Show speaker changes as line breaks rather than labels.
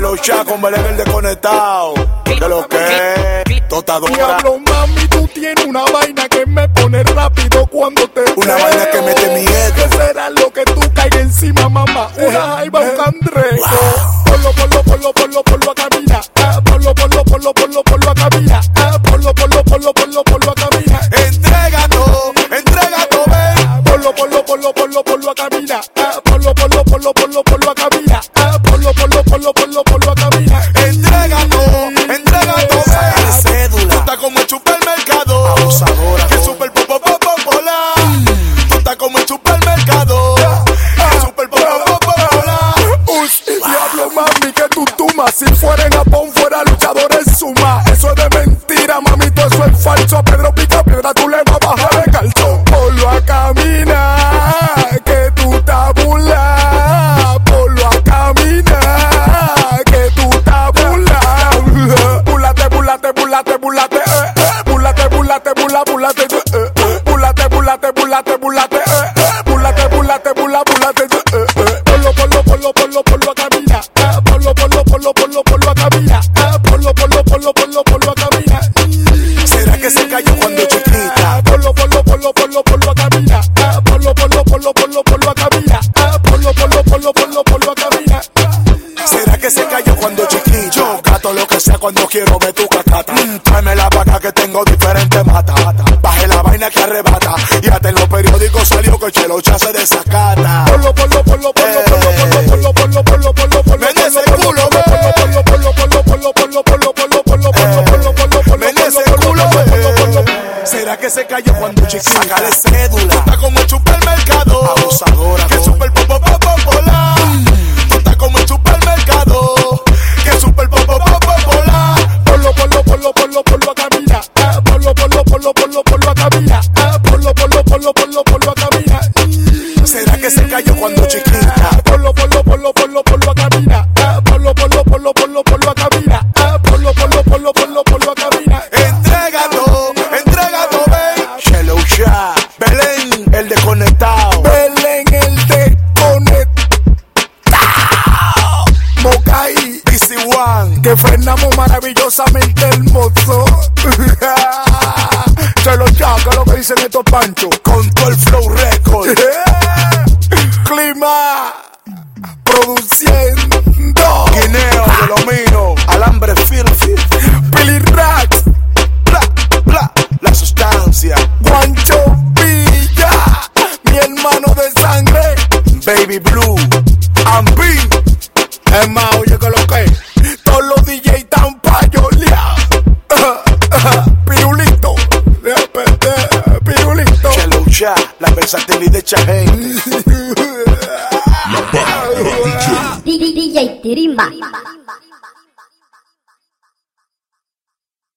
Rocha con Belén el desconectado. De lo que totadora.
Diablo, mami, tú tienes una vaina que me pone rápido cuando te
Una
veo.
vaina que mete miedo.
¿Qué será lo que tú caigas encima, mamá? Una jaiba, un cangrejo. Ponlo, ponlo, ponlo, ponlo, ponlo a caminar. Ah, ponlo, ponlo, ponlo, ponlo, ponlo a caminar. Ah, ponlo, ponlo, ponlo, ponlo, ponlo a caminar.
Eh, Entrega todo, entrega todo, ven.
Ah, Ponlo, ponlo, ponlo, ponlo, ponlo a caminar. Ah, ponlo, ponlo, ponlo, ponlo, ponlo a caminar. Ah, ponlo, ponlo, ponlo, ponlo, ponlo a caminar.
Entrega todo, entrega todo, ven.
Sácale
Tú estás como el supermercado. Abusadora. Que super popo popo pola. Tú estás como el supermercado. Que super popo popo pola.
Us y diablo, mami, que tú tumas. Si fuera en Japón, fuera luchador en suma. Eso es de mentira, mami, todo eso es falso. A Pedro pica piedra, tú le vas a bajar el calzón. Ponlo a caminar, que tú tabula. Ponlo a caminar, que tú tabula. Bulate, bulate, bulate, bulate, eh, eh. Bulate, bulate, bula, bulate, eh, eh. Bulate, bulate, bulate, bulate, eh, eh. Bulate, bulate, bula, bulate, eh, eh. Ponlo, ponlo, ponlo, ponlo, ponlo a caminar. Ah, Ponlo, ponlo, ponlo, ponlo, ponlo a caminar. Ah, Ponlo, ponlo, ponlo, ponlo, ponlo a caminar.
¿Será que se cayó cuando chiquita?
Ah, Ponlo, ponlo, ponlo, ponlo, ponlo a caminar. Ah, Ponlo, ponlo, ponlo, ponlo, ponlo a caminar. Ah, Ponlo, ponlo, ponlo, ponlo, ponlo a caminar.
¿Será que se cayó cuando chiquillo? Yo gato lo que sea cuando quiero me tu cacata. Mm, tráeme la vaca que tengo diferente mata. Baje la vaina que arrebata. Y hasta en los periódicos salió que Chelocha se desacata.
Ponlo, ponlo, ponlo, ponlo, ponlo, ponlo, ponlo, ponlo, ponlo, ponlo, ponlo,
Vende ese
ponlo,
culo, eh.
ponlo,
ve.
ponlo, ponlo, ponlo, ponlo, ponlo, ponlo, ponlo, ponlo, ponlo, ponlo, ponlo, ponlo,
Eh. Vende ese
ponlo,
culo, eh.
ponlo,
ve.
ponlo, ponlo, ponlo.
¿Será que se cayó cuando chiquita?
Sácale cédula.
Está como el supermercado.
Abusadora,
Que
no.
super popo popo pola. Tú estás como el supermercado. Que super popo popo pola.
Ponlo, ponlo, ponlo, ponlo, ponlo a caminar. Ah, Ponlo, ponlo, ponlo, ponlo, ponlo a caminar. Ah, Ponlo, ponlo, ponlo, ponlo, ponlo a caminar.
¿Será que se cayó cuando chiquita?
Ah, Ponlo, ponlo, ponlo, ponlo, ponlo a caminar. Ah, Ponlo, ponlo, ponlo, ponlo, ponlo a caminar. Ah, Ponlo, ponlo, ponlo, ponlo, ponlo a caminar.
Entrégalo, entrégalo, ven. Chelocha, Belén, el desconectado.
Belén el desconectado. Mocaí,
Easy One.
que frenamos maravillosamente hermoso. Se lo chaca lo que dicen estos panchos.
Con todo el flow record.
Clima produciendo.
Guineo de lo mío. Alambre firme.
Billy Rax,
Bla, bla. La sustancia.
Juancho Villa, mi hermano de sangre.
Baby Blue. Ambin.
Es más, oye que lo que es. Todos los DJ están payoleados. Pirulito, repete, pirulito.
Chelocha, la versatilidad de Chahén.
DJ Tirimba.